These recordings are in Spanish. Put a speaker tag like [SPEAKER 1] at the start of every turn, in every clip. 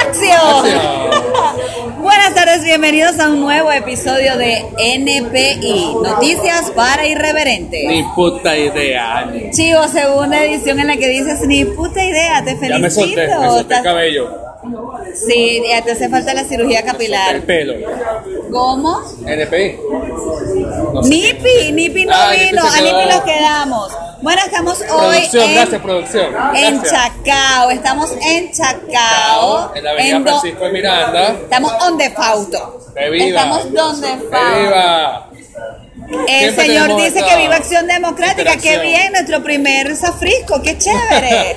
[SPEAKER 1] ¡Acción! Buenas tardes, bienvenidos a un nuevo episodio de NPI, Noticias para Irreverentes.
[SPEAKER 2] Ni puta idea, Ani.
[SPEAKER 1] Chivo, segunda edición en la que dices ni puta idea, te felicito.
[SPEAKER 2] Ya me solté, me solté el
[SPEAKER 1] Estás-
[SPEAKER 2] cabello,
[SPEAKER 1] Sí, ya te hace falta la cirugía
[SPEAKER 2] el
[SPEAKER 1] capilar.
[SPEAKER 2] pelo.
[SPEAKER 1] ¿Cómo?
[SPEAKER 2] NPI. No sé.
[SPEAKER 1] Nipi, Nipi no
[SPEAKER 2] Ah, yo
[SPEAKER 1] vino, a
[SPEAKER 2] pensé que
[SPEAKER 1] Nipi
[SPEAKER 2] no.
[SPEAKER 1] nos quedamos. Bueno, estamos hoy
[SPEAKER 2] Producción,
[SPEAKER 1] en-
[SPEAKER 2] gracias, producción.
[SPEAKER 1] en
[SPEAKER 2] Gracias.
[SPEAKER 1] Chacao, estamos en Chacao.
[SPEAKER 2] En la avenida
[SPEAKER 1] en do-
[SPEAKER 2] Francisco de Miranda.
[SPEAKER 1] Estamos donde Fauto.
[SPEAKER 2] ¡Que viva!
[SPEAKER 1] Estamos donde
[SPEAKER 2] ¡Que
[SPEAKER 1] Fauto.
[SPEAKER 2] viva!
[SPEAKER 1] El
[SPEAKER 2] Siempre
[SPEAKER 1] señor
[SPEAKER 2] tenemos
[SPEAKER 1] dice
[SPEAKER 2] esa
[SPEAKER 1] que viva Acción Democrática. Qué
[SPEAKER 2] interacción.
[SPEAKER 1] bien, nuestro primer zafrisco, qué chévere.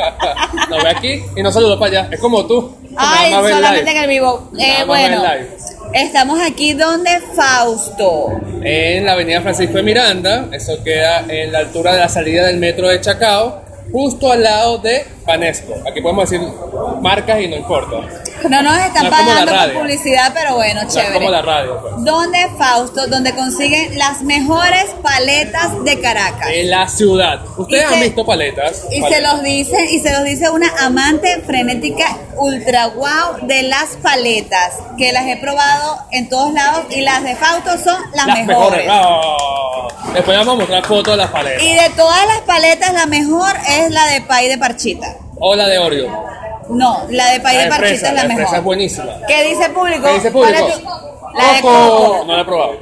[SPEAKER 2] Nos ve aquí y nos saludó para allá. Es como tú. que
[SPEAKER 1] Ay,
[SPEAKER 2] nada más ves
[SPEAKER 1] solamente en
[SPEAKER 2] live.
[SPEAKER 1] el vivo.
[SPEAKER 2] Nada
[SPEAKER 1] Eh,
[SPEAKER 2] más ves
[SPEAKER 1] bueno,
[SPEAKER 2] live.
[SPEAKER 1] estamos aquí donde Fausto.
[SPEAKER 2] en la avenida Francisco de Miranda, eso queda en la altura de la salida del metro de Chacao, justo al lado de Panesco. Aquí podemos decir marcas y no importa,
[SPEAKER 1] No nos están
[SPEAKER 2] No es como la
[SPEAKER 1] pagando por
[SPEAKER 2] radio.
[SPEAKER 1] publicidad, pero bueno,
[SPEAKER 2] No es
[SPEAKER 1] chévere.
[SPEAKER 2] como la radio. pues.
[SPEAKER 1] Donde Fausto, donde consiguen las mejores paletas de Caracas.
[SPEAKER 2] En la ciudad. Ustedes
[SPEAKER 1] Y
[SPEAKER 2] han
[SPEAKER 1] se-
[SPEAKER 2] visto paletas.
[SPEAKER 1] Y se
[SPEAKER 2] Paletas.
[SPEAKER 1] los dice, y se los dice una amante frenética ultra wow de las paletas, que las he probado en todos lados y las de Fausto son las,
[SPEAKER 2] Las
[SPEAKER 1] mejores.
[SPEAKER 2] mejores. ¡Oh! Después vamos a mostrar fotos de las paletas.
[SPEAKER 1] Y de todas las paletas, la mejor es la de pay de parchita.
[SPEAKER 2] O la de Oreo.
[SPEAKER 1] No, la de pay de,
[SPEAKER 2] La de
[SPEAKER 1] parchita
[SPEAKER 2] fresa,
[SPEAKER 1] es la,
[SPEAKER 2] la de
[SPEAKER 1] mejor.
[SPEAKER 2] fresa es buenísima.
[SPEAKER 1] ¿Qué dice público?
[SPEAKER 2] ¿Qué dice
[SPEAKER 1] ¿Cuál es
[SPEAKER 2] público?
[SPEAKER 1] tu- La de coco.
[SPEAKER 2] No la he probado.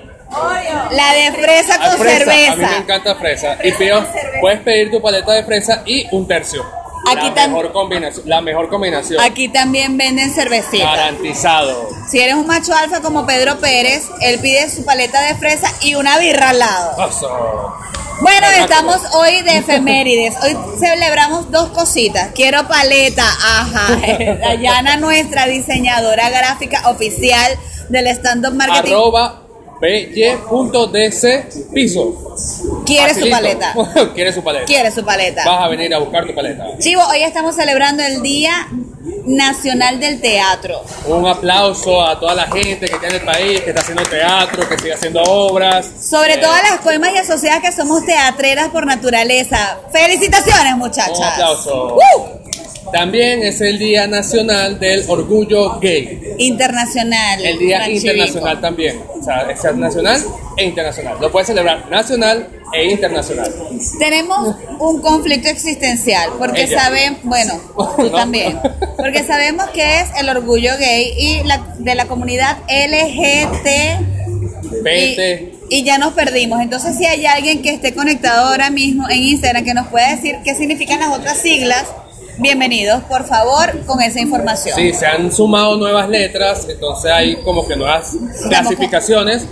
[SPEAKER 1] La de fresa
[SPEAKER 2] Ah,
[SPEAKER 1] con
[SPEAKER 2] fresa. A mí me
[SPEAKER 1] cerveza.
[SPEAKER 2] encanta fresa. Y pido, puedes pedir tu paleta de fresa y un tercio.
[SPEAKER 1] Aquí
[SPEAKER 2] la
[SPEAKER 1] tam-
[SPEAKER 2] mejor combinación. La mejor combinación.
[SPEAKER 1] Aquí también venden cervecita.
[SPEAKER 2] Garantizado.
[SPEAKER 1] Si eres un macho alfa como Pedro Pérez, él pide su paleta de fresa y una birra al lado.
[SPEAKER 2] Eso.
[SPEAKER 1] Bueno,
[SPEAKER 2] Exacto.
[SPEAKER 1] estamos hoy de efemérides. Hoy celebramos dos cositas. Quiero paleta, ajá. Dayana, nuestra diseñadora gráfica oficial del Stand Up Marketing,
[SPEAKER 2] Arroba py.dc piso.
[SPEAKER 1] quiere su
[SPEAKER 2] Facilito.
[SPEAKER 1] paleta.
[SPEAKER 2] Quiere su paleta.
[SPEAKER 1] Quiere su paleta.
[SPEAKER 2] Vas a venir a buscar tu paleta.
[SPEAKER 1] Chivo, hoy estamos celebrando el Día Nacional del Teatro.
[SPEAKER 2] Un aplauso a toda la gente que está en el país, que está haciendo teatro, que sigue haciendo obras.
[SPEAKER 1] Sobre
[SPEAKER 2] Eh,
[SPEAKER 1] todo a las coimas y asociadas que somos teatreras por naturaleza. ¡Felicitaciones, muchachas!
[SPEAKER 2] Un aplauso.
[SPEAKER 1] ¡Uh!
[SPEAKER 2] También es el Día Nacional del Orgullo Gay.
[SPEAKER 1] Internacional.
[SPEAKER 2] El Día
[SPEAKER 1] Franchirico.
[SPEAKER 2] Internacional también. O sea, es nacional e internacional. Lo puedes celebrar nacional e internacional.
[SPEAKER 1] Tenemos un conflicto existencial porque
[SPEAKER 2] Ella.
[SPEAKER 1] saben, bueno, tú
[SPEAKER 2] No.
[SPEAKER 1] también, porque sabemos que es el orgullo gay y la, de la comunidad LGT
[SPEAKER 2] Vete.
[SPEAKER 1] Y, y ya nos perdimos. Entonces, si hay alguien que esté conectado ahora mismo en Instagram que nos pueda decir qué significan las otras siglas, bienvenidos, por favor, con esa información.
[SPEAKER 2] Sí, se han sumado nuevas letras, entonces hay como que nuevas clasificaciones.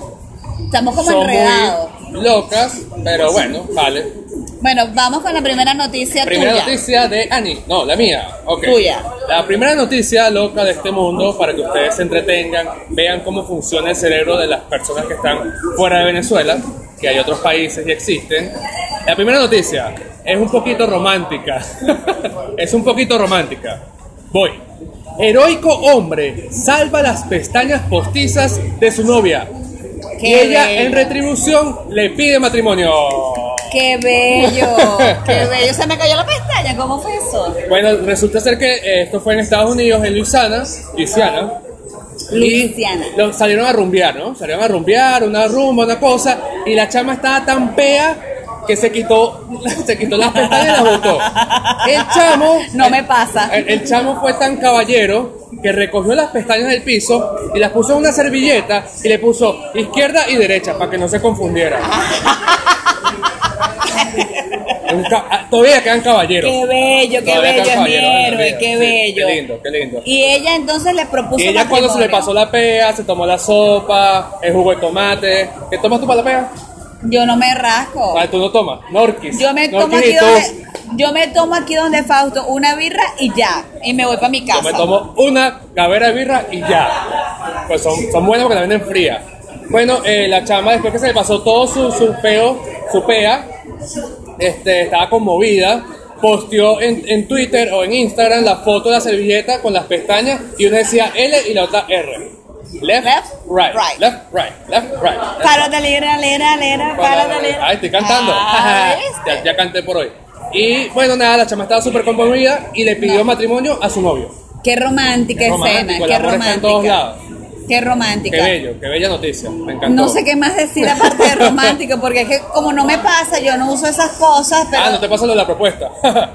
[SPEAKER 1] Estamos como
[SPEAKER 2] Son
[SPEAKER 1] enredados.
[SPEAKER 2] muy locas, pero bueno, vale.
[SPEAKER 1] Bueno, vamos con la primera noticia
[SPEAKER 2] Primera
[SPEAKER 1] tuya.
[SPEAKER 2] noticia de Ani, no, la mía. ok.
[SPEAKER 1] Tuya.
[SPEAKER 2] La primera noticia loca de este mundo para que ustedes se entretengan, vean cómo funciona el cerebro de las personas que están fuera de Venezuela, que hay otros países y existen. La primera noticia es un poquito romántica. es un poquito romántica. Voy. Heroico hombre salva las pestañas postizas de su novia.
[SPEAKER 1] Qué
[SPEAKER 2] y ella
[SPEAKER 1] bello.
[SPEAKER 2] en retribución le pide matrimonio.
[SPEAKER 1] ¡Qué bello! ¡Qué bello! Se me cayó la pestaña, ¿cómo fue eso?
[SPEAKER 2] Bueno, resulta ser que eh, esto fue en Estados Unidos, en Luisiana, Luisiana.
[SPEAKER 1] Luisiana.
[SPEAKER 2] Y lo- salieron a rumbear, ¿no? Salieron a rumbear, una rumba, una cosa, y la chama estaba tan pea que se quitó, se quitó las pestañas y las botó. El chamo...
[SPEAKER 1] No me pasa.
[SPEAKER 2] El, el chamo fue tan caballero que recogió las pestañas del piso y las puso en una servilleta y le puso izquierda y derecha para que no se confundiera. Un ca- ah, Todavía quedan caballeros.
[SPEAKER 1] Qué bello, qué
[SPEAKER 2] Todavía
[SPEAKER 1] bello, es mi
[SPEAKER 2] caballero,
[SPEAKER 1] héroe,
[SPEAKER 2] todavía,
[SPEAKER 1] qué
[SPEAKER 2] sí,
[SPEAKER 1] bello.
[SPEAKER 2] qué lindo, qué lindo.
[SPEAKER 1] Y ella entonces le propuso
[SPEAKER 2] Y ella cuando se le pasó
[SPEAKER 1] matrimonio.
[SPEAKER 2] la pea, se tomó la sopa, el jugo de tomate. ¿Qué tomas tú para la pea?
[SPEAKER 1] Yo no me rasco.
[SPEAKER 2] Ah, tú no tomas, Norquis.
[SPEAKER 1] Yo me tomo
[SPEAKER 2] Norquis y
[SPEAKER 1] aquí
[SPEAKER 2] tú.
[SPEAKER 1] donde yo me tomo aquí donde Fausto una birra y ya, y me voy para mi casa.
[SPEAKER 2] Yo me tomo una cabera de birra y ya. Pues son, son buenas porque la venden fría. Bueno, eh, la chama después que se le pasó todo su, su peo, su pea, este, estaba conmovida. Posteó en, en Twitter o en Instagram la foto de la servilleta con las pestañas y una decía L y la otra R. Left,
[SPEAKER 1] Left,
[SPEAKER 2] right,
[SPEAKER 1] right.
[SPEAKER 2] left, right, left, right.
[SPEAKER 1] Para de lera, lera, lera, para de lera.
[SPEAKER 2] Ay, estoy cantando.
[SPEAKER 1] Ah, ¿viste?
[SPEAKER 2] ya, ya canté por hoy. Y bueno, nada, la chama estaba súper conmovida y le pidió matrimonio a su novio.
[SPEAKER 1] Qué romántica
[SPEAKER 2] Qué
[SPEAKER 1] escena,
[SPEAKER 2] romántico, el
[SPEAKER 1] qué
[SPEAKER 2] amor
[SPEAKER 1] romántica.
[SPEAKER 2] está en todos lados.
[SPEAKER 1] Qué
[SPEAKER 2] Qué
[SPEAKER 1] romántica.
[SPEAKER 2] bello, qué bella noticia. Me encantó.
[SPEAKER 1] No sé qué más decir aparte de romántico, porque es que como no me pasa, yo no uso esas cosas, pero
[SPEAKER 2] Ah, no te pasa lo de la propuesta.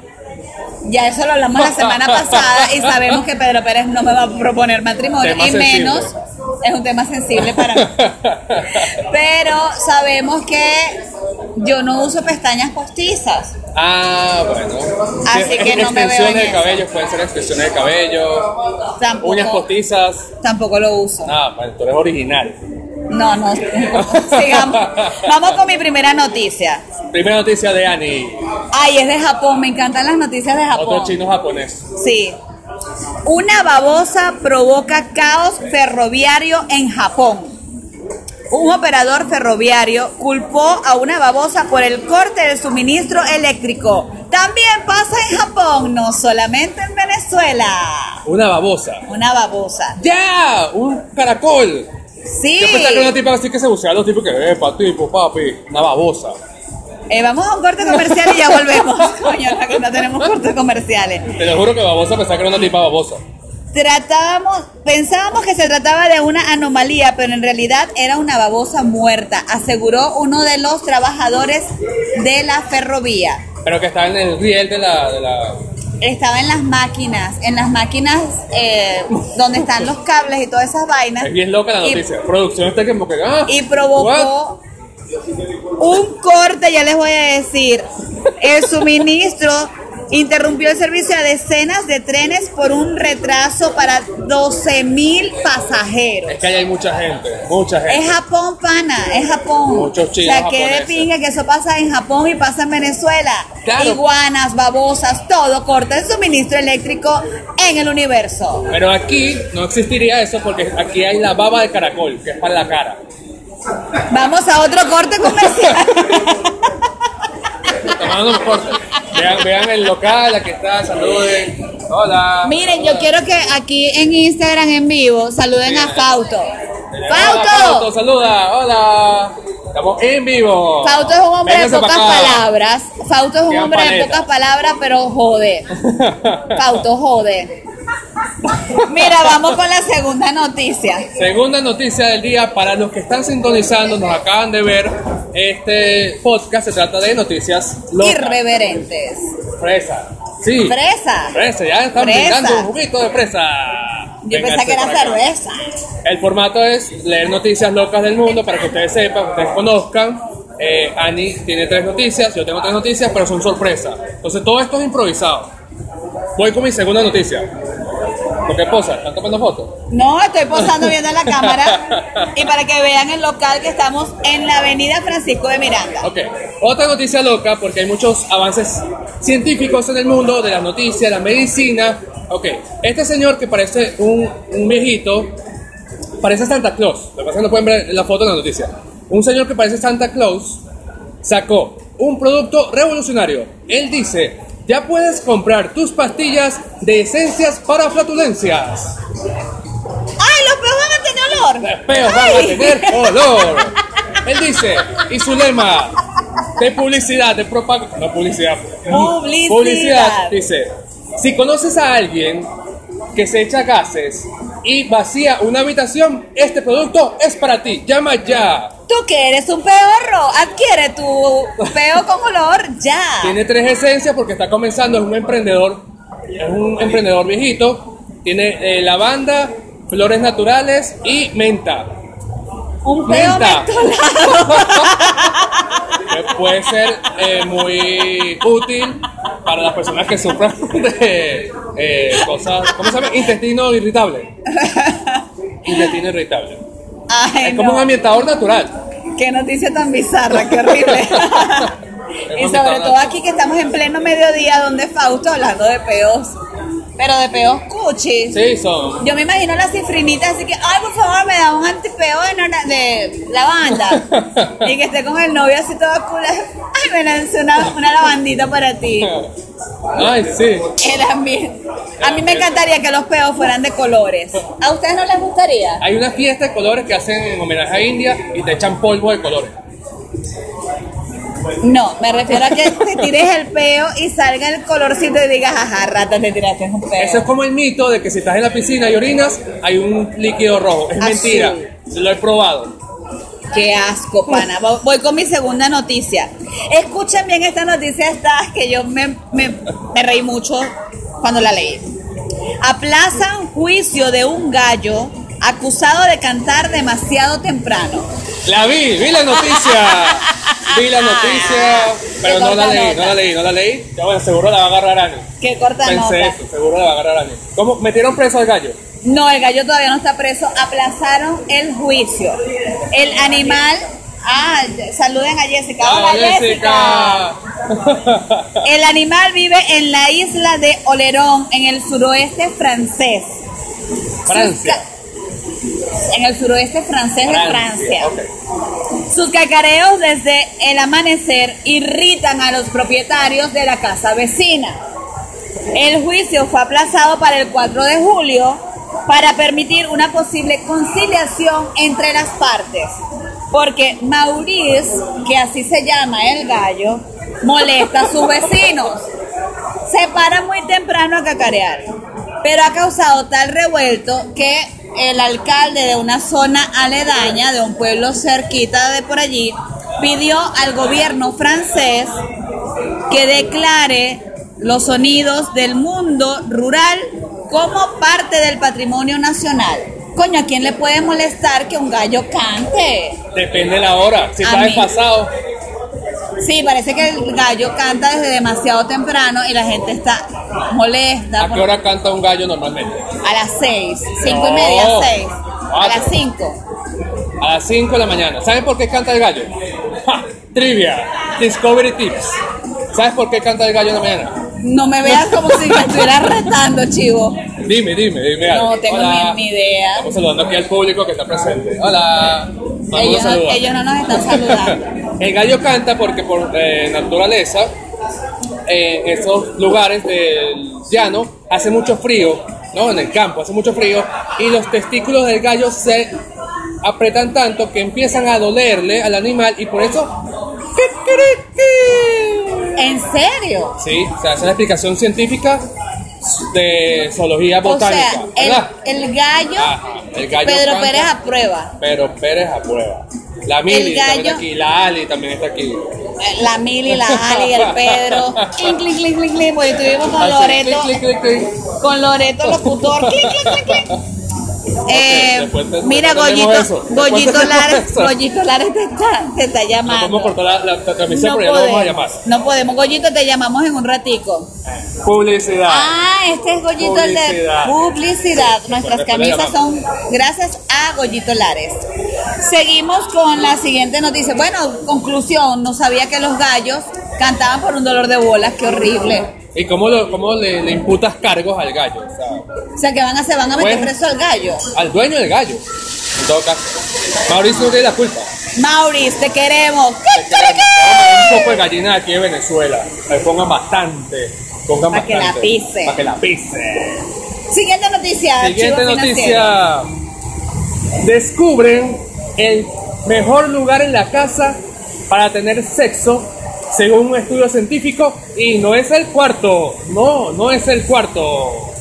[SPEAKER 1] ya eso lo hablamos la semana pasada y sabemos que Pedro Pérez no me va a proponer matrimonio,
[SPEAKER 2] Tema
[SPEAKER 1] y
[SPEAKER 2] sensible.
[SPEAKER 1] menos es un tema sensible para mí. Pero sabemos que yo no uso pestañas postizas.
[SPEAKER 2] ah, bueno.
[SPEAKER 1] Así que no me veo
[SPEAKER 2] Extensiones
[SPEAKER 1] en
[SPEAKER 2] de
[SPEAKER 1] eso.
[SPEAKER 2] cabello, pueden ser extensiones de cabello,
[SPEAKER 1] Tampoco,
[SPEAKER 2] uñas postizas.
[SPEAKER 1] tampoco lo uso.
[SPEAKER 2] Ah, bueno, tú eres original.
[SPEAKER 1] No, no. Sigamos. Vamos con mi primera noticia.
[SPEAKER 2] Primera noticia de Ani,
[SPEAKER 1] Ay, es de Japón. Me encantan las noticias de Japón.
[SPEAKER 2] otro chino japonés.
[SPEAKER 1] Sí. Una babosa provoca caos ferroviario en Japón. Un operador ferroviario culpó a una babosa por el corte del suministro eléctrico. También pasa en Japón, no solamente en Venezuela.
[SPEAKER 2] Una babosa.
[SPEAKER 1] Una babosa.
[SPEAKER 2] ¡Ya! ¡Un caracol!
[SPEAKER 1] Sí.
[SPEAKER 2] Yo pensaba que era una tipa así que se buceaba los tipos que, epa, tipo, papi, una babosa.
[SPEAKER 1] Eh, vamos a un corte comercial y ya volvemos. Coño, no, que no tenemos cortes comerciales.
[SPEAKER 2] Te lo juro que babosa pensaba que era una tipa babosa.
[SPEAKER 1] Tratábamos, pensábamos que se trataba de una anomalía, pero en realidad era una babosa muerta, aseguró uno de los trabajadores de la ferrovía.
[SPEAKER 2] Pero que estaba en el riel de la. De la...
[SPEAKER 1] Estaba en las máquinas, en las máquinas eh, donde están los cables y todas esas vainas.
[SPEAKER 2] Es bien loca la
[SPEAKER 1] Y-
[SPEAKER 2] noticia. Producción está como que. ¡Ah!
[SPEAKER 1] y
[SPEAKER 2] what?
[SPEAKER 1] provocó un corte, ya les voy a decir. El suministro interrumpió el servicio a decenas de trenes por un retraso para 12 mil pasajeros.
[SPEAKER 2] Es que ahí hay mucha gente, mucha gente.
[SPEAKER 1] Es Japón, pana, es Japón.
[SPEAKER 2] Muchos chinos
[SPEAKER 1] O sea, que de
[SPEAKER 2] japoneses.
[SPEAKER 1] pinga que eso pasa en Japón y pasa en Venezuela.
[SPEAKER 2] Claro.
[SPEAKER 1] Iguanas, babosas, todo corta el suministro eléctrico en el universo.
[SPEAKER 2] Pero aquí no existiría eso porque aquí hay la baba de caracol, que es para la cara.
[SPEAKER 1] Vamos a otro corte comercial.
[SPEAKER 2] Tomando un corte. Vean, vean el local, aquí está, saluden. Hola.
[SPEAKER 1] Miren, yo quiero que aquí en Instagram en vivo saluden a Fauto.
[SPEAKER 2] Fauto,
[SPEAKER 1] ¡Fauto!
[SPEAKER 2] saluda, hola. Estamos en vivo.
[SPEAKER 1] Fauto es un hombre de
[SPEAKER 2] Vénganse
[SPEAKER 1] pocas
[SPEAKER 2] pa' acá.
[SPEAKER 1] palabras. Fauto es un
[SPEAKER 2] Sean
[SPEAKER 1] hombre de
[SPEAKER 2] paletas.
[SPEAKER 1] pocas palabras, pero jode. Fauto jode. Mira, vamos con la segunda noticia.
[SPEAKER 2] Segunda noticia del día, para los que están sintonizando, nos acaban de ver, este podcast se trata de noticias locas.
[SPEAKER 1] Irreverentes.
[SPEAKER 2] Fresa. Sí.
[SPEAKER 1] Fresa.
[SPEAKER 2] Fresa, ya están
[SPEAKER 1] Fresa.
[SPEAKER 2] brindando un juguito de fresa.
[SPEAKER 1] Yo
[SPEAKER 2] Vénganse
[SPEAKER 1] pensaba que era
[SPEAKER 2] por acá.
[SPEAKER 1] cerveza.
[SPEAKER 2] El formato es leer noticias locas del mundo para que ustedes sepan, ustedes conozcan. Eh, Ani tiene tres noticias, yo tengo tres noticias, pero son sorpresas. Entonces todo esto es improvisado. Voy con mi segunda noticia. ¿Por qué posa? ¿Están tomando fotos?
[SPEAKER 1] No, estoy posando viendo la cámara. Y para que vean el local que estamos en la avenida Francisco de Miranda.
[SPEAKER 2] Ok. Otra noticia loca, porque hay muchos avances científicos en el mundo de las noticias, de la medicina. Ok. Este señor que parece un, un viejito, parece Santa Claus. Lo que pasa es que no pueden ver la foto en la noticia. Un señor que parece Santa Claus sacó un producto revolucionario. Él dice, ya puedes comprar tus pastillas de esencias para flatulencias.
[SPEAKER 1] ¡Ay, los peos van a tener
[SPEAKER 2] Los
[SPEAKER 1] olor!
[SPEAKER 2] peos van a
[SPEAKER 1] ¡Ay!
[SPEAKER 2] tener olor. Él dice, y su lema de publicidad, de propaganda, no publicidad, mm,
[SPEAKER 1] Publicidad.
[SPEAKER 2] dice, si conoces a alguien que se echa gases y vacía una habitación, este producto es para ti. Llama ya.
[SPEAKER 1] Tú que eres un peorro, adquiere tu peo con olor ya.
[SPEAKER 2] Tiene tres esencias porque está comenzando, es un emprendedor, es un emprendedor viejito, tiene eh, lavanda, flores naturales y menta.
[SPEAKER 1] Un peo
[SPEAKER 2] menta.
[SPEAKER 1] mentolado.
[SPEAKER 2] que puede ser eh, muy útil para las personas que sufran de eh, cosas, ¿cómo se llama? Intestino irritable. Intestino irritable.
[SPEAKER 1] Ay,
[SPEAKER 2] Es como un
[SPEAKER 1] no.
[SPEAKER 2] ambientador natural.
[SPEAKER 1] Qué noticia tan bizarra, qué horrible. y sobre todo aquí que estamos en pleno mediodía donde Fausto hablando de peos. Pero de peos cuchis.
[SPEAKER 2] Sí, son.
[SPEAKER 1] Yo me imagino la cifrinita así que, ay, por favor, me da un antipeo de, nora- de lavanda. y que esté con el novio así todo cool. Ay, me lancé una, una lavandita para ti.
[SPEAKER 2] Ay, sí.
[SPEAKER 1] El ambiente. A mí me encantaría que los peos fueran de colores. ¿A ustedes no les gustaría?
[SPEAKER 2] Hay una fiesta de colores que hacen en homenaje a India y te echan polvo de colores.
[SPEAKER 1] No, me refiero a que te tires el peo y salga el colorcito y digas, ajá, rata, te tiraste un peo.
[SPEAKER 2] Eso es como el mito de que si estás en la piscina y orinas, hay un líquido rojo. Es
[SPEAKER 1] Azul.
[SPEAKER 2] mentira. Lo he probado.
[SPEAKER 1] Qué asco, pana. Vo- Voy con mi segunda noticia. Escuchen bien esta noticia, esta que yo me, me- me reí mucho cuando la leí. Aplazan juicio de un gallo acusado de cantar demasiado temprano.
[SPEAKER 2] La vi, vi la noticia. Vi la noticia, pero no la leí, no la leí, no la leí. Ya bueno, seguro la va a agarrar Ani.
[SPEAKER 1] Qué corta
[SPEAKER 2] Pensé
[SPEAKER 1] nota.
[SPEAKER 2] eso, seguro la va a agarrar Ani. ¿Cómo? ¿Metieron preso al gallo?
[SPEAKER 1] No, el gallo todavía no está preso. Aplazaron el juicio. El animal. Ah, saluden a Jessica.
[SPEAKER 2] Ah,
[SPEAKER 1] Hola, Jessica. El animal vive en la isla de Olerón, en el suroeste francés.
[SPEAKER 2] Francia.
[SPEAKER 1] En el suroeste francés de Francia.
[SPEAKER 2] ok.
[SPEAKER 1] Sus cacareos desde el amanecer irritan a los propietarios de la casa vecina. El juicio fue aplazado para el 4 de julio para permitir una posible conciliación entre las partes, porque Maurice, que así se llama el gallo, molesta a sus vecinos. Se para muy temprano a cacarear, pero ha causado tal revuelto que el alcalde de una zona aledaña, de un pueblo cerquita de por allí, pidió al gobierno francés que declare los sonidos del mundo rural como parte del patrimonio nacional. Coño, ¿a quién le puede molestar que un gallo cante?
[SPEAKER 2] Depende de la hora. Si
[SPEAKER 1] A
[SPEAKER 2] estás
[SPEAKER 1] mí.
[SPEAKER 2] desfasado,
[SPEAKER 1] Sí, parece que el gallo canta desde demasiado temprano y la gente está molesta.
[SPEAKER 2] ¿a qué
[SPEAKER 1] por-
[SPEAKER 2] hora canta un gallo normalmente?
[SPEAKER 1] A las seis, cinco y
[SPEAKER 2] No,
[SPEAKER 1] media, seis. A
[SPEAKER 2] cuatro.
[SPEAKER 1] las cinco.
[SPEAKER 2] A las 5 de la mañana. ¿Saben por qué canta el gallo? ¡Ja! Trivia. Discovery Tips. ¿Sabes por qué canta el gallo en la mañana?
[SPEAKER 1] No me veas como si me estuvieras retando, chivo.
[SPEAKER 2] Dime, dime, dime. algo.
[SPEAKER 1] No tengo
[SPEAKER 2] Hola.
[SPEAKER 1] ni, ni idea.
[SPEAKER 2] Estamos saludando aquí al público que está presente. Hola. Todo el mundo
[SPEAKER 1] Ellos no,
[SPEAKER 2] saluda.
[SPEAKER 1] ellos no nos están saludando.
[SPEAKER 2] El gallo canta porque por eh, naturaleza eh, en esos lugares del llano hace mucho frío, ¿no? En el campo hace mucho frío y los testículos del gallo se apretan tanto que empiezan a dolerle al animal y por eso... ¡Kikiriki!
[SPEAKER 1] ¿En serio?
[SPEAKER 2] Sí, o sea, esa es la explicación científica de zoología botánica,
[SPEAKER 1] o
[SPEAKER 2] ¿verdad?
[SPEAKER 1] sea, el, el gallo,
[SPEAKER 2] Ajá, el gallo
[SPEAKER 1] Pedro
[SPEAKER 2] canta.
[SPEAKER 1] Pérez aprueba.
[SPEAKER 2] Pero Pérez aprueba. La Mili
[SPEAKER 1] El
[SPEAKER 2] también
[SPEAKER 1] gallo-
[SPEAKER 2] aquí, la Ali también está aquí.
[SPEAKER 1] Eh, La Mili, la Ali, el Pedro. Clic, clic, clic, clic, clic. Porque estuvimos con
[SPEAKER 2] Así,
[SPEAKER 1] Loreto,
[SPEAKER 2] clic, clic, clic, clic.
[SPEAKER 1] con Loreto locutor. Clic, clic, clic, clic. Eh,
[SPEAKER 2] después te-
[SPEAKER 1] mira,
[SPEAKER 2] después tenemos eso.
[SPEAKER 1] Goyito,
[SPEAKER 2] Después
[SPEAKER 1] Goyito
[SPEAKER 2] tenemos
[SPEAKER 1] Lares,
[SPEAKER 2] eso.
[SPEAKER 1] Goyito Lares te está, te está
[SPEAKER 2] No
[SPEAKER 1] llamando.
[SPEAKER 2] podemos cortar la, la- la transmisión,
[SPEAKER 1] No
[SPEAKER 2] pero ya lo vamos a llamar.
[SPEAKER 1] podemos, no podemos. Goyito, te llamamos en un ratico.
[SPEAKER 2] Publicidad.
[SPEAKER 1] Ah, este es Goyito el de
[SPEAKER 2] Publicidad.
[SPEAKER 1] publicidad. Nuestras
[SPEAKER 2] después le
[SPEAKER 1] camisas son gracias a Goyito Lares. Seguimos con la siguiente noticia. Bueno, conclusión, no sabía que los gallos cantaban por un dolor de bolas, qué horrible.
[SPEAKER 2] ¿Y cómo, lo- cómo le, le imputas cargos al gallo? O sea,
[SPEAKER 1] O sea, que van a se van a meter
[SPEAKER 2] Bueno.
[SPEAKER 1] preso al gallo.
[SPEAKER 2] al dueño del gallo. En todo caso. Mauricio no tiene la culpa.
[SPEAKER 1] Maurice, te queremos.
[SPEAKER 2] Un poco de gallina de aquí de Venezuela. Le pongan bastante. Pongan
[SPEAKER 1] Pa' que la
[SPEAKER 2] bastante.
[SPEAKER 1] pise.
[SPEAKER 2] Para que la pise.
[SPEAKER 1] Siguiente noticia.
[SPEAKER 2] Siguiente
[SPEAKER 1] archivo financiero.
[SPEAKER 2] noticia. Descubren el mejor lugar en la casa para tener sexo, según un estudio científico, y no es el cuarto. No, no es el cuarto.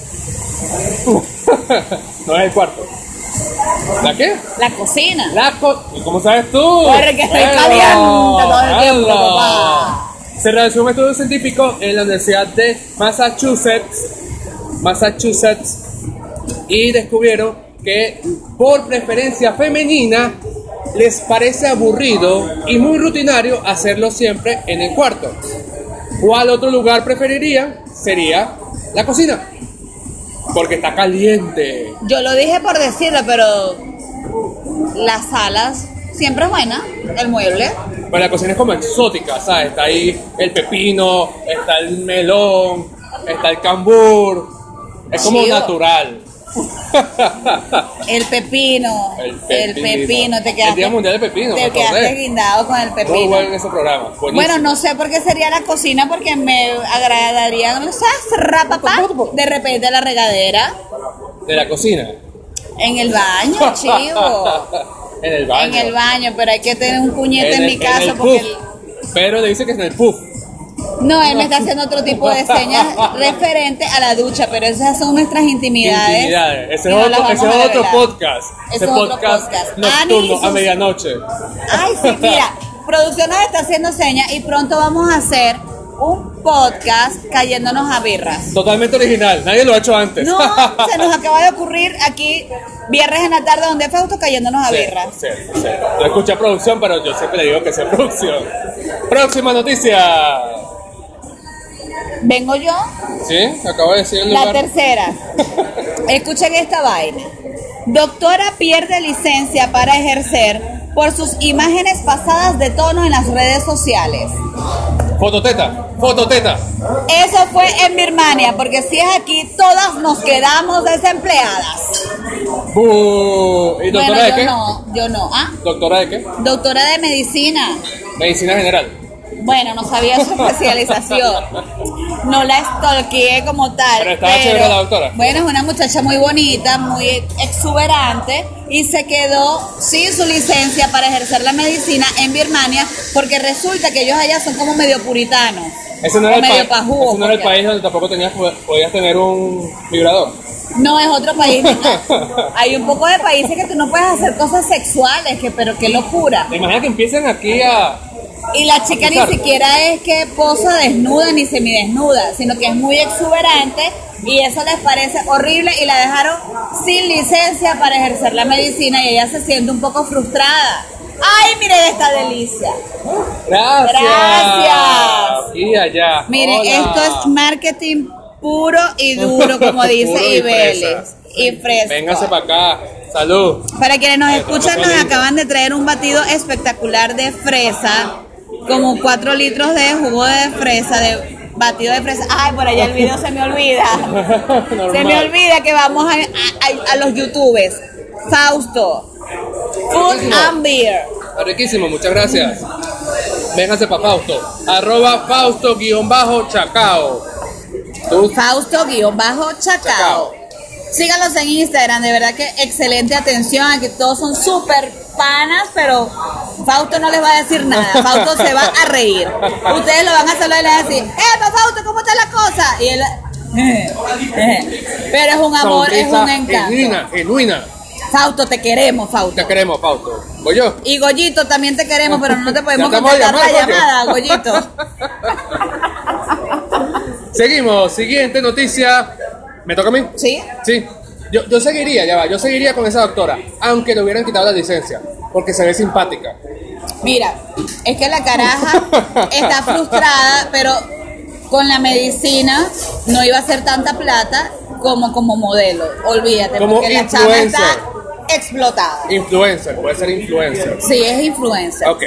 [SPEAKER 2] no es el cuarto. ¿La qué?
[SPEAKER 1] La cocina.
[SPEAKER 2] La co- ¿Y cómo sabes tú?
[SPEAKER 1] Porque estoy caliente todo el tiempo,
[SPEAKER 2] ¡Hala!
[SPEAKER 1] papá.
[SPEAKER 2] Se realizó un estudio científico en la Universidad de Massachusetts, Massachusetts, y descubrieron que por preferencia femenina les parece aburrido y muy rutinario hacerlo siempre en el cuarto. ¿Cuál otro lugar preferirían? Sería la cocina. Porque está caliente.
[SPEAKER 1] Yo lo dije por decirlo, pero las salas siempre es buena, el mueble.
[SPEAKER 2] Pero la cocina es como exótica, ¿sabes? Está ahí el pepino, está el melón, está el cambur. Es como
[SPEAKER 1] Chido.
[SPEAKER 2] natural.
[SPEAKER 1] El pepino,
[SPEAKER 2] El
[SPEAKER 1] el
[SPEAKER 2] pepino.
[SPEAKER 1] pepino, te quedaste,
[SPEAKER 2] El Día Mundial del Pepino, me
[SPEAKER 1] te
[SPEAKER 2] acordé.
[SPEAKER 1] quedaste guindado con el
[SPEAKER 2] Muy
[SPEAKER 1] pepino.
[SPEAKER 2] bueno en ese programa.
[SPEAKER 1] bueno,
[SPEAKER 2] Buenísimo.
[SPEAKER 1] no sé por qué sería la cocina, porque me agradaría, ¿no sabes? Rapapá, de repente la regadera,
[SPEAKER 2] De la cocina.
[SPEAKER 1] en el baño, chivo,
[SPEAKER 2] en el baño.
[SPEAKER 1] en el baño, pero hay que tener un puñete
[SPEAKER 2] En
[SPEAKER 1] en,
[SPEAKER 2] el-
[SPEAKER 1] mi
[SPEAKER 2] en
[SPEAKER 1] casa
[SPEAKER 2] el
[SPEAKER 1] porque
[SPEAKER 2] puff.
[SPEAKER 1] el-
[SPEAKER 2] Pero le dice que es en el puff.
[SPEAKER 1] No, él me está haciendo otro tipo de señas referente a la ducha, pero esas son nuestras intimidades.
[SPEAKER 2] Intimidades. Ese
[SPEAKER 1] y
[SPEAKER 2] es
[SPEAKER 1] no las
[SPEAKER 2] otro,
[SPEAKER 1] vamos
[SPEAKER 2] ese
[SPEAKER 1] a
[SPEAKER 2] es otro
[SPEAKER 1] revelar.
[SPEAKER 2] podcast.
[SPEAKER 1] Ese
[SPEAKER 2] Ese
[SPEAKER 1] es otro
[SPEAKER 2] podcast,
[SPEAKER 1] podcast. Ani y
[SPEAKER 2] nocturno
[SPEAKER 1] sus-
[SPEAKER 2] a medianoche.
[SPEAKER 1] Ay, sí, mira, producción nos está haciendo señas y pronto vamos a hacer un podcast cayéndonos a birras.
[SPEAKER 2] Totalmente original. Nadie lo ha hecho antes.
[SPEAKER 1] No, se nos acaba de ocurrir aquí viernes en la tarde donde Fausto cayéndonos a
[SPEAKER 2] Sí,
[SPEAKER 1] birras.
[SPEAKER 2] sí, sí. Yo escuché producción, pero yo siempre le digo que sea producción. Próxima noticia.
[SPEAKER 1] Vengo yo,
[SPEAKER 2] ¿Sí? Acabo de decir el
[SPEAKER 1] la
[SPEAKER 2] lugar.
[SPEAKER 1] tercera. Escuchen esta vaina. Doctora pierde licencia para ejercer por sus imágenes pasadas de tono en las redes sociales.
[SPEAKER 2] Fototeta. Fototeta.
[SPEAKER 1] Eso fue en Birmania, porque si es aquí, todas nos quedamos desempleadas.
[SPEAKER 2] Bu- ¿Y doctora
[SPEAKER 1] bueno,
[SPEAKER 2] de
[SPEAKER 1] yo
[SPEAKER 2] qué?
[SPEAKER 1] no, yo no. Ah,
[SPEAKER 2] ¿Doctora de qué?
[SPEAKER 1] doctora de medicina.
[SPEAKER 2] Medicina general.
[SPEAKER 1] Bueno, no sabía su especialización. No la stalkeé como tal.
[SPEAKER 2] Pero estaba chévere la doctora.
[SPEAKER 1] Bueno, es una muchacha muy bonita, muy exuberante y se quedó sin su licencia para ejercer la medicina en Birmania porque resulta que ellos allá son como medio puritanos.
[SPEAKER 2] Ese no
[SPEAKER 1] o
[SPEAKER 2] era, el,
[SPEAKER 1] medio
[SPEAKER 2] país-
[SPEAKER 1] pajúos,
[SPEAKER 2] ese no era el
[SPEAKER 1] porque-
[SPEAKER 2] país donde tampoco tenías, podías tener un vibrador.
[SPEAKER 1] No, es otro país. Hay un poco de países que tú no puedes hacer cosas sexuales, que pero qué locura.
[SPEAKER 2] Imagina que empiecen aquí a...
[SPEAKER 1] Y la chica ni
[SPEAKER 2] Claro.
[SPEAKER 1] siquiera es que posa desnuda ni semidesnuda, sino que es muy exuberante y eso les parece horrible y la dejaron sin licencia para ejercer la medicina y ella se siente un poco frustrada. ¡Ay, miren esta delicia!
[SPEAKER 2] Gracias.
[SPEAKER 1] Gracias.
[SPEAKER 2] Y allá.
[SPEAKER 1] Miren,
[SPEAKER 2] Hola.
[SPEAKER 1] esto es marketing puro y duro, como
[SPEAKER 2] Puro
[SPEAKER 1] dice
[SPEAKER 2] y
[SPEAKER 1] Ibeles.
[SPEAKER 2] fresa.
[SPEAKER 1] Y fresco.
[SPEAKER 2] Vénganse para acá. Salud.
[SPEAKER 1] Para quienes nos
[SPEAKER 2] Ay,
[SPEAKER 1] escuchan,
[SPEAKER 2] tampoco
[SPEAKER 1] nos
[SPEAKER 2] lindo.
[SPEAKER 1] acaban de traer un batido espectacular de fresa, como 4 litros de jugo de fresa, de batido de fresa. Ay, por allá el video se me olvida. Se me
[SPEAKER 2] Normal.
[SPEAKER 1] olvida que vamos a, a- a- a los youtubers. Fausto, Food and Beer.
[SPEAKER 2] Riquísimo, muchas gracias. Vénganse para Fausto. Arroba Fausto guión bajo chacao. Tú,
[SPEAKER 1] Fausto guión bajo
[SPEAKER 2] Chacao.
[SPEAKER 1] chacao. Síganos en Instagram, de verdad que excelente atención, aquí todos son súper panas, pero Fausto no les va a decir nada, Fausto se va a reír. Ustedes lo van a saludar y le van a decir, ¡Epa Fausto, ¿cómo está la cosa? Y él, "Eh, eh". pero es un amor, es
[SPEAKER 2] sonrisa
[SPEAKER 1] un encanto.
[SPEAKER 2] Genuina, genuina.
[SPEAKER 1] Fausto, te queremos, Fausto.
[SPEAKER 2] Te queremos, Fausto. Voy yo.
[SPEAKER 1] Y Goyito, también te queremos, pero no te podemos
[SPEAKER 2] Ya te vamos a
[SPEAKER 1] contestar la llamada,
[SPEAKER 2] llamar, coño.
[SPEAKER 1] Goyito.
[SPEAKER 2] Seguimos. Siguiente noticia. ¿Me toca a mí?
[SPEAKER 1] ¿Sí?
[SPEAKER 2] Sí. Yo, yo seguiría, ya va, yo seguiría con esa doctora, aunque le hubieran quitado la licencia, porque se ve simpática.
[SPEAKER 1] Mira, es que la caraja está frustrada, pero con la medicina no iba a ser tanta plata como como modelo. Olvídate,
[SPEAKER 2] Como
[SPEAKER 1] porque la chama
[SPEAKER 2] influencer.
[SPEAKER 1] está explotada.
[SPEAKER 2] Influencer, puede ser influencer.
[SPEAKER 1] Sí, es influencer.
[SPEAKER 2] Ah, Ok.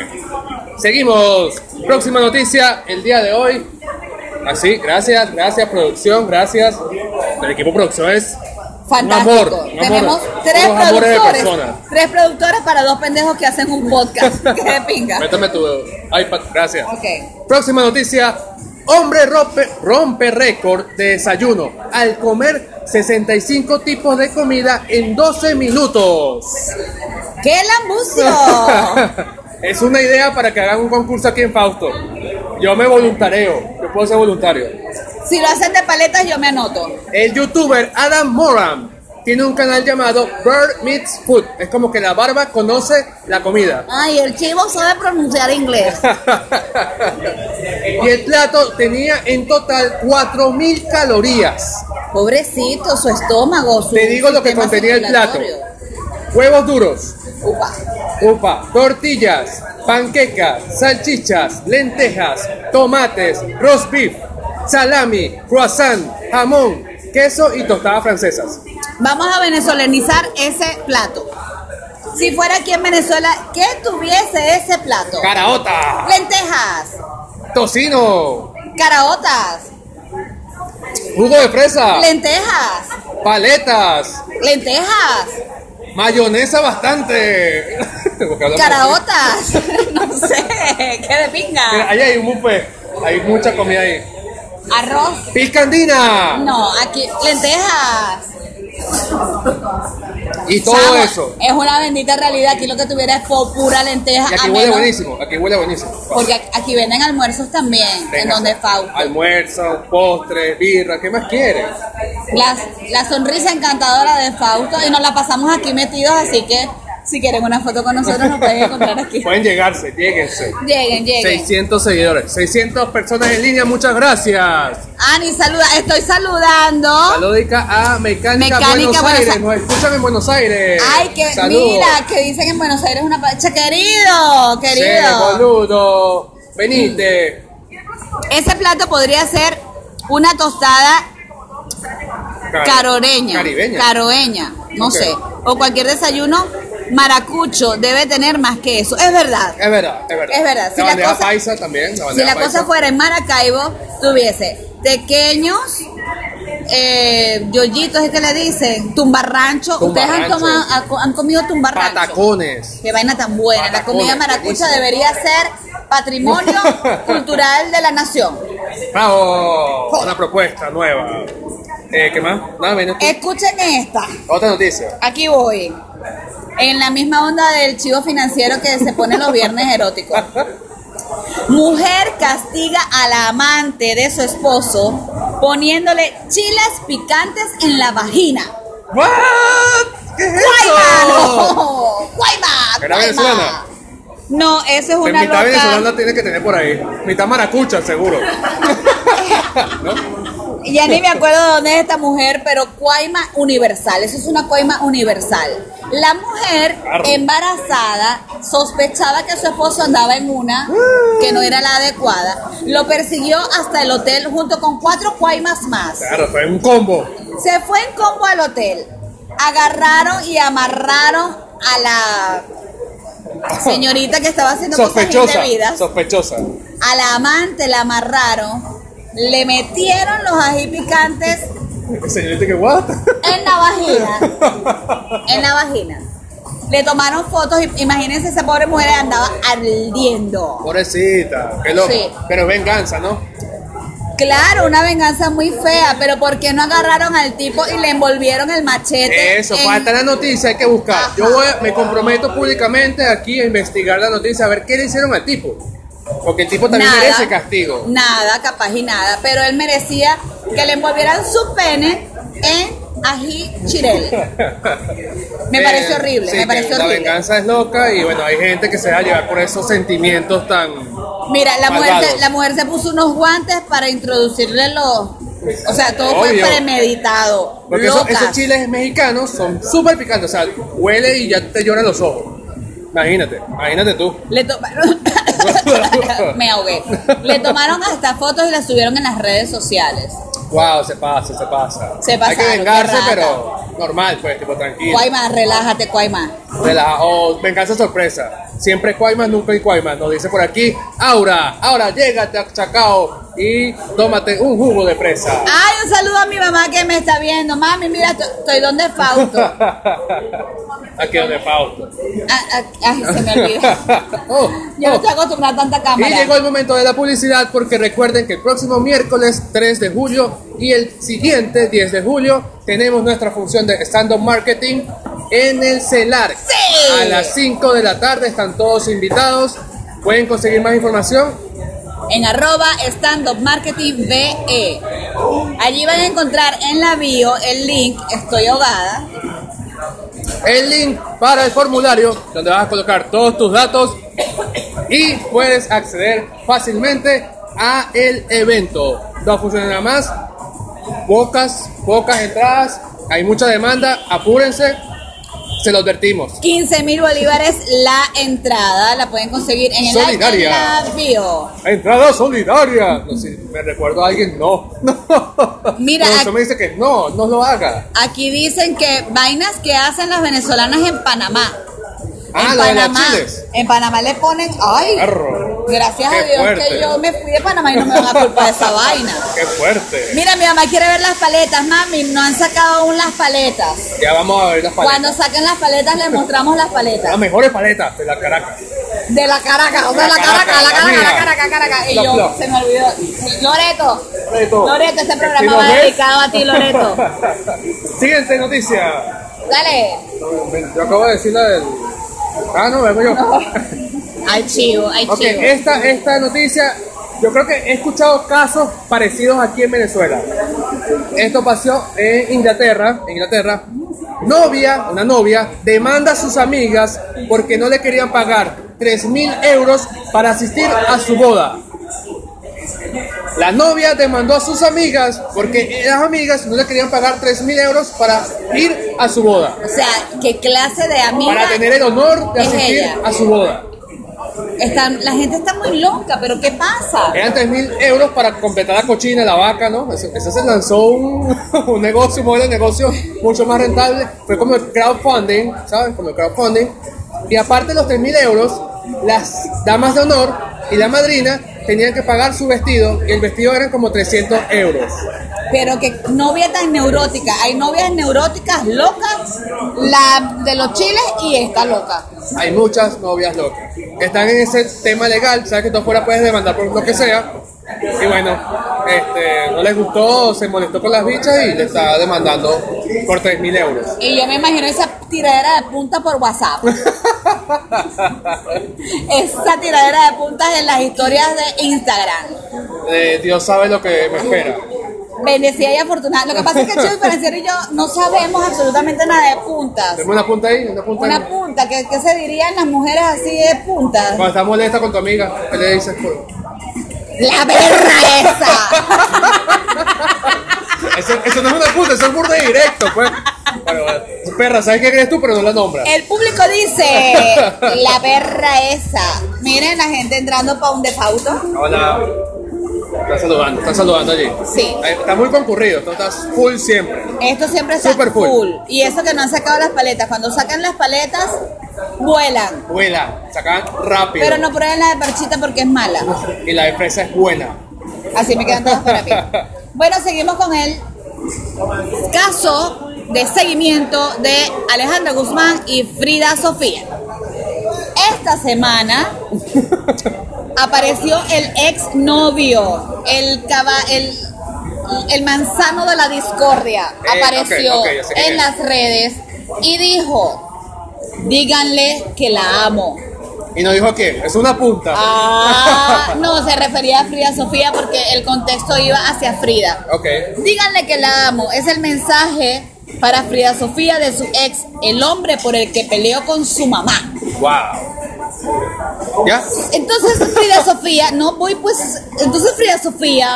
[SPEAKER 2] Seguimos. Próxima noticia el día de hoy. Así, gracias, gracias producción, gracias. El equipo producción es
[SPEAKER 1] Fantástico.
[SPEAKER 2] Ah, Un amor, un amor.
[SPEAKER 1] Tenemos tres
[SPEAKER 2] Unos amores de
[SPEAKER 1] productores.
[SPEAKER 2] personas.
[SPEAKER 1] Tres productoras para dos pendejos que hacen un podcast. que de pinga.
[SPEAKER 2] Métame tu iPad, gracias.
[SPEAKER 1] Ok.
[SPEAKER 2] Próxima noticia. Hombre rompe, rompe récord de desayuno al comer 65 tipos de comida en 12 minutos.
[SPEAKER 1] ¡Qué lambucio!
[SPEAKER 2] es una idea para que hagan un concurso aquí en Fausto. Yo me voluntareo, yo puedo ser voluntario.
[SPEAKER 1] si lo hacen de paletas, yo me anoto.
[SPEAKER 2] El youtuber Adam Moran tiene un canal llamado Bird Meets Food. Es como que la barba conoce la comida.
[SPEAKER 1] Ay, el chivo sabe pronunciar inglés.
[SPEAKER 2] y el plato tenía en total 4.000 calorías.
[SPEAKER 1] Pobrecito, su estómago, su
[SPEAKER 2] Te digo lo que
[SPEAKER 1] sistema
[SPEAKER 2] contenía el plato.
[SPEAKER 1] circulatorio.
[SPEAKER 2] Huevos duros,
[SPEAKER 1] Upa.
[SPEAKER 2] upa, tortillas, panquecas, salchichas, lentejas, tomates, roast beef, salami, croissant, jamón, queso y tostadas francesas.
[SPEAKER 1] Vamos a venezolanizar ese plato. Si fuera aquí en Venezuela, ¿qué tuviese ese plato?
[SPEAKER 2] Caraota,
[SPEAKER 1] Lentejas,
[SPEAKER 2] tocino,
[SPEAKER 1] caraotas,
[SPEAKER 2] jugo de fresa,
[SPEAKER 1] lentejas,
[SPEAKER 2] paletas,
[SPEAKER 1] lentejas,
[SPEAKER 2] Mayonesa bastante. Tengo que hablar
[SPEAKER 1] caraotas. no sé, qué de
[SPEAKER 2] más. Mira,
[SPEAKER 1] pinga.
[SPEAKER 2] ahí hay un buffet. Hay mucha comida ahí.
[SPEAKER 1] Arroz.
[SPEAKER 2] Piscandina.
[SPEAKER 1] No, aquí lentejas,
[SPEAKER 2] Y todo
[SPEAKER 1] Chamo,
[SPEAKER 2] eso.
[SPEAKER 1] Es una bendita realidad. Aquí lo que tuviera es po- pura lenteja.
[SPEAKER 2] Y
[SPEAKER 1] a
[SPEAKER 2] aquí huele
[SPEAKER 1] Ah, menos-
[SPEAKER 2] buenísimo, aquí huele buenísimo.
[SPEAKER 1] Porque ac- aquí venden almuerzos también, en
[SPEAKER 2] Venga, pues,
[SPEAKER 1] donde Fausto.
[SPEAKER 2] Almuerzo, postre, birra, ¿qué más quieres?
[SPEAKER 1] La, la sonrisa encantadora de Fausto y nos la pasamos aquí metidos, así que si quieren una foto con nosotros nos pueden encontrar aquí.
[SPEAKER 2] Pueden llegarse, lléguense.
[SPEAKER 1] Lleguen, lleguen.
[SPEAKER 2] 600 seguidores, 600 personas en línea, muchas gracias.
[SPEAKER 1] Ani, saluda, estoy saludando.
[SPEAKER 2] Saludica a Mecánica,
[SPEAKER 1] Mecánica
[SPEAKER 2] Buenos
[SPEAKER 1] Buenos
[SPEAKER 2] Aires,
[SPEAKER 1] Aires.
[SPEAKER 2] nos escuchan en Buenos Aires.
[SPEAKER 1] Ay, que
[SPEAKER 2] Saludos.
[SPEAKER 1] mira, que dicen en Buenos Aires una pacha. Querido,
[SPEAKER 2] Che,
[SPEAKER 1] querido.
[SPEAKER 2] boludo, venite.
[SPEAKER 1] Ese plato podría ser una tostada Mm.
[SPEAKER 2] Car-
[SPEAKER 1] caroreña.
[SPEAKER 2] Caribeña.
[SPEAKER 1] Caroeña, no
[SPEAKER 2] Ok.
[SPEAKER 1] sé. O cualquier desayuno maracucho debe tener más que eso. Es verdad.
[SPEAKER 2] es verdad, es verdad.
[SPEAKER 1] Es verdad, si
[SPEAKER 2] la
[SPEAKER 1] la
[SPEAKER 2] bandeja
[SPEAKER 1] cosa-
[SPEAKER 2] paisa también.
[SPEAKER 1] Si
[SPEAKER 2] bandeja
[SPEAKER 1] la
[SPEAKER 2] paisa.
[SPEAKER 1] cosa fuera en Maracaibo, tuviese tequeños, eh, yoyitos, ¿es que le dicen? Tumbarrancho. Ustedes han,
[SPEAKER 2] Tumbarrancho.
[SPEAKER 1] tomado- ha- han comido tumbarrancho.
[SPEAKER 2] Patacones.
[SPEAKER 1] Qué vaina tan buena.
[SPEAKER 2] Patacones,
[SPEAKER 1] la comida maracucha
[SPEAKER 2] buenísimo.
[SPEAKER 1] debería ser patrimonio cultural de la nación.
[SPEAKER 2] Bravo, una propuesta nueva. Eh, ¿Qué más? Nada menos. que-
[SPEAKER 1] Escuchen esta.
[SPEAKER 2] Otra noticia.
[SPEAKER 1] Aquí voy. En la misma onda del chivo financiero que se pone los viernes
[SPEAKER 2] Ah,
[SPEAKER 1] eróticos. Mujer castiga a la amante de su esposo poniéndole chiles picantes en la vagina.
[SPEAKER 2] ¿What? ¿Qué es
[SPEAKER 1] ¡Guayma!
[SPEAKER 2] eso?
[SPEAKER 1] ¡No! ¡Guayma!
[SPEAKER 2] ¿Era
[SPEAKER 1] ¡Guayma!
[SPEAKER 2] venezolana?
[SPEAKER 1] No, eso es
[SPEAKER 2] En
[SPEAKER 1] una
[SPEAKER 2] mitad venezolana
[SPEAKER 1] loca.
[SPEAKER 2] tiene que tener por ahí. Mitad maracucha, seguro.
[SPEAKER 1] Ya ni me acuerdo de dónde es esta mujer, pero cuaima universal. Eso es una cuaima universal. La mujer
[SPEAKER 2] Claro.
[SPEAKER 1] embarazada sospechaba que su esposo andaba en una que no era la adecuada. Lo persiguió hasta el hotel junto con cuatro cuaimas más.
[SPEAKER 2] Claro, fue un combo.
[SPEAKER 1] Se fue en combo al hotel. Agarraron y amarraron a la señorita que estaba haciendo cosas
[SPEAKER 2] Sospechosa.
[SPEAKER 1] indebidas.
[SPEAKER 2] Sospechosa.
[SPEAKER 1] A la amante la amarraron. Le metieron los ají picantes
[SPEAKER 2] Señorita, que what?
[SPEAKER 1] en la vagina. En la vagina. Le tomaron fotos. y- Imagínense, esa pobre mujer andaba ardiendo.
[SPEAKER 2] Pobrecita, qué loco.
[SPEAKER 1] Sí.
[SPEAKER 2] Pero es venganza, ¿no?
[SPEAKER 1] Claro, una venganza muy fea. Pero ¿por qué no agarraron al tipo y le envolvieron el machete?
[SPEAKER 2] Eso,
[SPEAKER 1] en-
[SPEAKER 2] falta la noticia, hay que buscar.
[SPEAKER 1] Ajá.
[SPEAKER 2] Yo voy a- me comprometo públicamente aquí a investigar la noticia, a ver qué le hicieron al tipo. Porque el tipo también
[SPEAKER 1] Nada,
[SPEAKER 2] merece castigo.
[SPEAKER 1] Nada, capaz y nada. Pero él merecía que le envolvieran su pene en ají chirel. Me
[SPEAKER 2] Eh,
[SPEAKER 1] pareció horrible,
[SPEAKER 2] sí,
[SPEAKER 1] me
[SPEAKER 2] que
[SPEAKER 1] pareció
[SPEAKER 2] La
[SPEAKER 1] horrible.
[SPEAKER 2] venganza es loca y bueno, hay gente que se va a llevar por esos sentimientos tan.
[SPEAKER 1] Mira, la mujer, se,
[SPEAKER 2] Malvados.
[SPEAKER 1] la mujer se puso unos guantes para introducirle los... O sea, todo
[SPEAKER 2] Obvio.
[SPEAKER 1] fue premeditado.
[SPEAKER 2] Porque eso-
[SPEAKER 1] Locas.
[SPEAKER 2] esos chiles mexicanos son súper picantes, o sea, huele y ya te lloran los ojos. Imagínate, imagínate tú.
[SPEAKER 1] Le tomaron... Me ahogué. Le tomaron hasta fotos y las subieron en las redes sociales.
[SPEAKER 2] Wow, se pasa, se pasa.
[SPEAKER 1] Se
[SPEAKER 2] Hay que
[SPEAKER 1] pasaron,
[SPEAKER 2] vengarse,
[SPEAKER 1] qué rata.
[SPEAKER 2] pero normal, pues, tipo tranquilo.
[SPEAKER 1] Cuaima, relájate, Cuaima.
[SPEAKER 2] Relaja- o oh, venganza sorpresa. Siempre es Cuaymas, nunca hay Cuaymas. Nos dice por aquí, Aura, ahora llégate a Chacao y tómate un jugo de fresa.
[SPEAKER 1] Ay, un saludo a mi mamá que me está viendo. Mami, mira, to- estoy donde Fausto.
[SPEAKER 2] aquí donde Fausto.
[SPEAKER 1] Ah, ah, Ay, se me olvidó. Yo
[SPEAKER 2] Oh,
[SPEAKER 1] no
[SPEAKER 2] oh.
[SPEAKER 1] estoy acostumbrada a tanta cámara.
[SPEAKER 2] Y llegó el momento de la publicidad porque recuerden que el próximo miércoles 3 de julio y el siguiente 10 de julio tenemos nuestra función de stand-up marketing en el CELAR.
[SPEAKER 1] ¡Sí!
[SPEAKER 2] A las 5 de la tarde están todos invitados. Pueden conseguir más información
[SPEAKER 1] en arroba stand up marketing BE. Allí van a encontrar en la bio el link Estoy ahogada.
[SPEAKER 2] el link para el formulario donde vas a colocar todos tus datos y puedes acceder fácilmente a el evento. Dos funciones nada más, pocas, pocas entradas, hay mucha demanda, apúrense, se lo advertimos.
[SPEAKER 1] 15 mil bolívares la entrada. La pueden conseguir en, el
[SPEAKER 2] Solidaria.
[SPEAKER 1] en la bio.
[SPEAKER 2] Entrada solidaria. No sé, me recuerdo a alguien, no.
[SPEAKER 1] Mira,
[SPEAKER 2] No,
[SPEAKER 1] aquí-
[SPEAKER 2] eso me dice que no, no lo haga.
[SPEAKER 1] Aquí dicen que vainas que hacen las venezolanas en Panamá.
[SPEAKER 2] Ah,
[SPEAKER 1] en
[SPEAKER 2] lo de las
[SPEAKER 1] Panamá.
[SPEAKER 2] chiles.
[SPEAKER 1] En Panamá le ponen. ¡Ay!
[SPEAKER 2] Arro.
[SPEAKER 1] Gracias
[SPEAKER 2] Qué
[SPEAKER 1] a Dios que
[SPEAKER 2] fuerte.
[SPEAKER 1] yo me fui de Panamá y no me van a culpar de esa vaina.
[SPEAKER 2] Qué fuerte.
[SPEAKER 1] Mira, mi mamá quiere ver las paletas, mami. No han sacado aún las paletas.
[SPEAKER 2] Ya vamos a ver las paletas.
[SPEAKER 1] Cuando saquen las paletas, les mostramos las paletas.
[SPEAKER 2] Las mejores paletas de la Caracas.
[SPEAKER 1] De la Caracas, o sea, la Caracas, la Caracas, la Caracas, Caracas. Y
[SPEAKER 2] Plop,
[SPEAKER 1] yo,
[SPEAKER 2] plop.
[SPEAKER 1] se me olvidó. Loreto,
[SPEAKER 2] Loreto.
[SPEAKER 1] Loreto, este
[SPEAKER 2] Si
[SPEAKER 1] programa
[SPEAKER 2] nos
[SPEAKER 1] va
[SPEAKER 2] ves.
[SPEAKER 1] dedicado a ti, Loreto.
[SPEAKER 2] Siguiente noticia.
[SPEAKER 1] Dale,
[SPEAKER 2] Yo acabo de decir la del. Ah, no, vengo yo.
[SPEAKER 1] al chivo, al
[SPEAKER 2] Ok,
[SPEAKER 1] chivo.
[SPEAKER 2] esta, esta noticia, yo creo que he escuchado casos parecidos aquí en Venezuela. Esto pasó en Inglaterra, en Inglaterra. Novia, una novia, demanda a sus amigas porque no le querían pagar 3.000 euros para asistir a su boda. La novia demandó a sus amigas porque las amigas no le querían pagar 3.000 euros para ir a su boda.
[SPEAKER 1] O sea, ¿qué clase de amiga?
[SPEAKER 2] Para tener el honor de
[SPEAKER 1] Es
[SPEAKER 2] asistir
[SPEAKER 1] ella.
[SPEAKER 2] a su boda.
[SPEAKER 1] Están- la gente está muy loca, pero ¿qué pasa?
[SPEAKER 2] Eran 3.000 euros para completar la cochina, la vaca, ¿no? Eso, eso se lanzó un, un negocio, un modelo de negocio mucho más rentable. Fue como el crowdfunding, ¿sabes? Como el crowdfunding. Y aparte de los 3.000 euros, las damas de honor y la madrina tenían que pagar su vestido y el vestido eran como 300 euros.
[SPEAKER 1] Pero que novia tan neurótica. Hay novias neuróticas locas, la de los chiles y esta loca.
[SPEAKER 2] Hay muchas novias locas que están en ese tema legal, sabes que tú afuera puedes demandar por lo que sea. Y bueno, este, no les gustó, se molestó con las bichas y le está demandando por 3.000 euros.
[SPEAKER 1] Y yo me imagino esa tiradera de punta por WhatsApp. esa tiradera de puntas en las historias de Instagram.
[SPEAKER 2] Eh, Dios sabe lo que me espera.
[SPEAKER 1] Bendecida y afortunada. Lo que pasa es que Chivo Financiero y yo no sabemos absolutamente nada de puntas.
[SPEAKER 2] Tengo una punta ahí, una punta ahí.
[SPEAKER 1] Una punta, ¿qué, qué se dirían las mujeres así de puntas?
[SPEAKER 2] Cuando estás molesta con tu amiga, ¿qué le dices? pues?
[SPEAKER 1] ¡La perra esa!
[SPEAKER 2] Eso, eso no es una punta, eso es burde directo, pues. Bueno, bueno. Perra, ¿sabes qué crees tú? Pero no la nombras.
[SPEAKER 1] El público dice, la perra esa. Miren la gente entrando para un defauto.
[SPEAKER 2] Hola. Están saludando, están saludando allí.
[SPEAKER 1] Sí.
[SPEAKER 2] Ahí Está muy concurrido, tú estás full siempre.
[SPEAKER 1] Esto siempre está
[SPEAKER 2] Super full.
[SPEAKER 1] Y eso que no han sacado las paletas. Cuando sacan las paletas, vuelan.
[SPEAKER 2] Vuela, sacan rápido.
[SPEAKER 1] Pero no prueben la de parchita porque es mala.
[SPEAKER 2] Y la empresa es buena.
[SPEAKER 1] Así me quedan todas para mí. Bueno, seguimos con el caso de seguimiento de Alejandra Guzmán y Frida Sofía. Esta semana apareció el ex novio, el, caba- el, el manzano de la discordia.
[SPEAKER 2] Eh,
[SPEAKER 1] apareció
[SPEAKER 2] ok, ok, ya sé quién
[SPEAKER 1] en
[SPEAKER 2] es.
[SPEAKER 1] las redes y dijo, díganle que la amo.
[SPEAKER 2] Y nos dijo que es una punta.
[SPEAKER 1] Ah, no, se refería a Frida Sofía porque el contexto iba hacia Frida.
[SPEAKER 2] Ok.
[SPEAKER 1] Díganle que la amo, es el mensaje para Frida Sofía de su ex, el hombre por el que peleó con su mamá.
[SPEAKER 2] Wow. ¿Ya?
[SPEAKER 1] Entonces Frida Sofía, no voy pues, entonces Frida Sofía,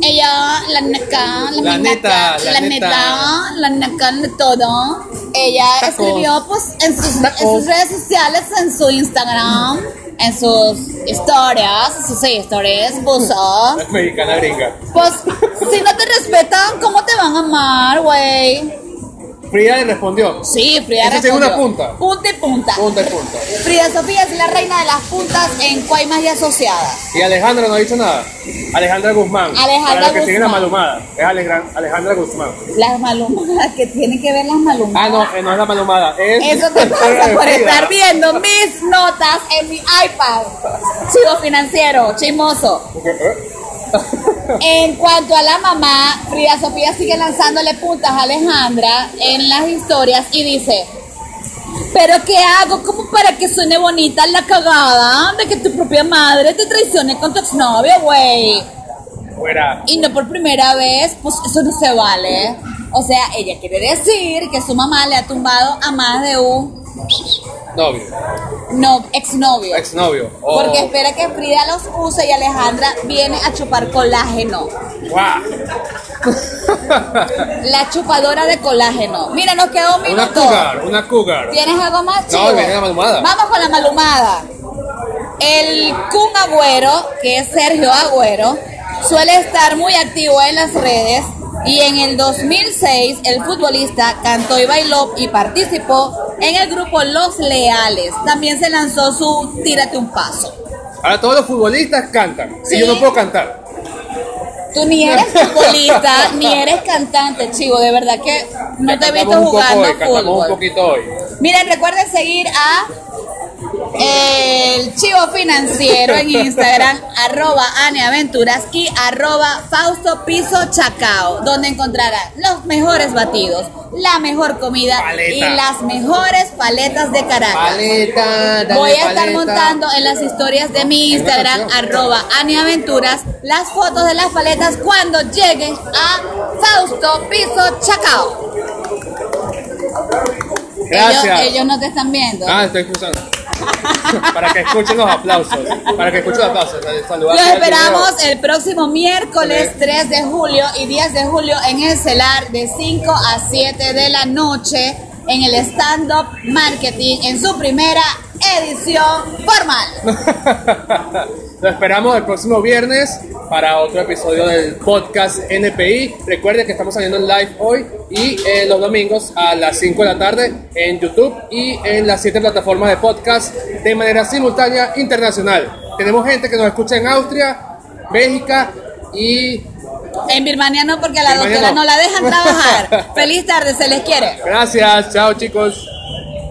[SPEAKER 1] ella, la naca, la,
[SPEAKER 2] La
[SPEAKER 1] minaca,
[SPEAKER 2] neta, la
[SPEAKER 1] la
[SPEAKER 2] neta.
[SPEAKER 1] neta, la naca de todo. Ella
[SPEAKER 2] Tacos.
[SPEAKER 1] escribió pues en sus, en
[SPEAKER 2] Tacos.
[SPEAKER 1] sus redes sociales, en su Instagram, en sus historias, en sus historias, puso,
[SPEAKER 2] Mexicana gringa.
[SPEAKER 1] pues si no te respetan, ¿cómo te van a amar, güey?
[SPEAKER 2] Frida le respondió.
[SPEAKER 1] Sí, Frida
[SPEAKER 2] Eso tiene una
[SPEAKER 1] respondió,
[SPEAKER 2] punta.
[SPEAKER 1] Punta y punta.
[SPEAKER 2] Punta y punta.
[SPEAKER 1] Frida Sofía es la reina de las puntas en Cuaymas y Asociadas.
[SPEAKER 2] Y Alejandra no ha dicho nada. Alejandra Guzmán.
[SPEAKER 1] Alejandra
[SPEAKER 2] para los que siguen la
[SPEAKER 1] Guzmán.
[SPEAKER 2] malhumada. Es Alejandra, Alejandra Guzmán.
[SPEAKER 1] Las malumadas, que tienen que ver las
[SPEAKER 2] Ah,
[SPEAKER 1] malumadas.
[SPEAKER 2] no, eh, no es la malhumada. Es
[SPEAKER 1] Eso te pasa por
[SPEAKER 2] Frida.
[SPEAKER 1] estar viendo mis notas en mi iPad. Chivo financiero, chismoso. En cuanto a la mamá, Frida Sofía sigue lanzándole puntas a Alejandra en las historias y dice. Pero ¿qué hago como para que suene bonita la cagada de que tu propia madre te traicione con tu exnovio, güey?
[SPEAKER 2] Fuera.
[SPEAKER 1] y no por primera vez, pues eso no se vale. O sea, ella quiere decir que su mamá le ha tumbado a más de un
[SPEAKER 2] Novio.
[SPEAKER 1] no, exnovio.
[SPEAKER 2] Exnovio. Oh.
[SPEAKER 1] Porque espera que Frida los use y Alejandra viene a chupar colágeno.
[SPEAKER 2] Guau.
[SPEAKER 1] La chupadora de colágeno. Mira, nos quedó un
[SPEAKER 2] Una
[SPEAKER 1] minuto.
[SPEAKER 2] cougar, una cougar.
[SPEAKER 1] ¿Tienes algo más,
[SPEAKER 2] No,
[SPEAKER 1] chico?
[SPEAKER 2] viene la malhumada.
[SPEAKER 1] Vamos con la malhumada. El Kun Agüero, que es Sergio Agüero, suele estar muy activo en las redes y en el 2006 el futbolista cantó y bailó y participó en el grupo Los Leales. También se lanzó su Tírate un paso.
[SPEAKER 2] Ahora todos los futbolistas cantan.
[SPEAKER 1] Sí.
[SPEAKER 2] Y yo no puedo cantar.
[SPEAKER 1] Tú ni eres futbolista, ni eres cantante, chivo. De verdad que no
[SPEAKER 2] Ya
[SPEAKER 1] te he visto
[SPEAKER 2] cantamos un poco
[SPEAKER 1] jugando
[SPEAKER 2] hoy, Cantamos un
[SPEAKER 1] fútbol.
[SPEAKER 2] poquito hoy.
[SPEAKER 1] Miren, recuerden seguir a eh, El chivo financiero en Instagram, arroba aneaventuraski, arroba Fausto Piso Chacao, donde encontrarás los mejores batidos, la mejor comida y
[SPEAKER 2] Paleta.
[SPEAKER 1] las mejores paletas de Caracas.
[SPEAKER 3] Paleta, dale
[SPEAKER 1] Voy a estar
[SPEAKER 3] paleta.
[SPEAKER 1] montando en las historias de mi Instagram, arroba aniaventuras, las fotos de las paletas cuando lleguen a Fausto Piso Chacao. Ellos,
[SPEAKER 2] Gracias.
[SPEAKER 1] ellos no te están viendo.
[SPEAKER 2] Ah, estoy escuchando. para que escuchen los aplausos. Para que escuchen los aplausos. Saludos.
[SPEAKER 1] Los esperamos el próximo miércoles 3 de julio y 10 de julio en el CELAR de 5 a 7 de la noche en el Stand Up Marketing en su primera edición formal.
[SPEAKER 2] Lo esperamos el próximo viernes para otro episodio del podcast NPI. Recuerden que estamos saliendo en live hoy y eh, los domingos a las 5 de la tarde en YouTube y en las 7 plataformas de podcast de manera simultánea internacional. Tenemos gente que nos escucha en Austria, México y
[SPEAKER 1] En Birmania no, porque a la
[SPEAKER 2] Birmania
[SPEAKER 1] doctora
[SPEAKER 2] no.
[SPEAKER 1] no la dejan trabajar. Feliz tarde, se les quiere.
[SPEAKER 2] gracias. Chao chicos.